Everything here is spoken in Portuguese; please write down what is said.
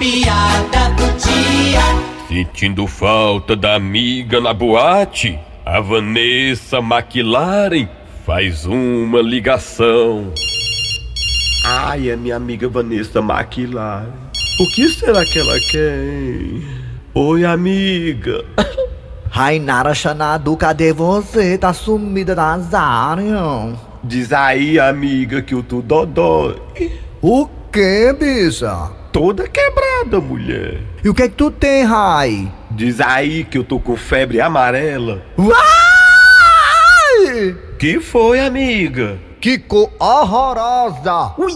piada do dia. Sentindo falta da amiga na boate, a Vanessa McLaren faz uma ligação. Ai, a minha amiga Vanessa McLaren. O que será que ela quer, hein? Oi, amiga. Rainara Xanadu, cadê você? Tá sumida das áreas. Diz aí, amiga, que eu tô dodói. O que, bicha? Toda quebrada, mulher. E o que é que tu tem, Rai? Diz aí que eu tô com febre amarela. Uai! Que foi, amiga? Que cor horrorosa! Ui!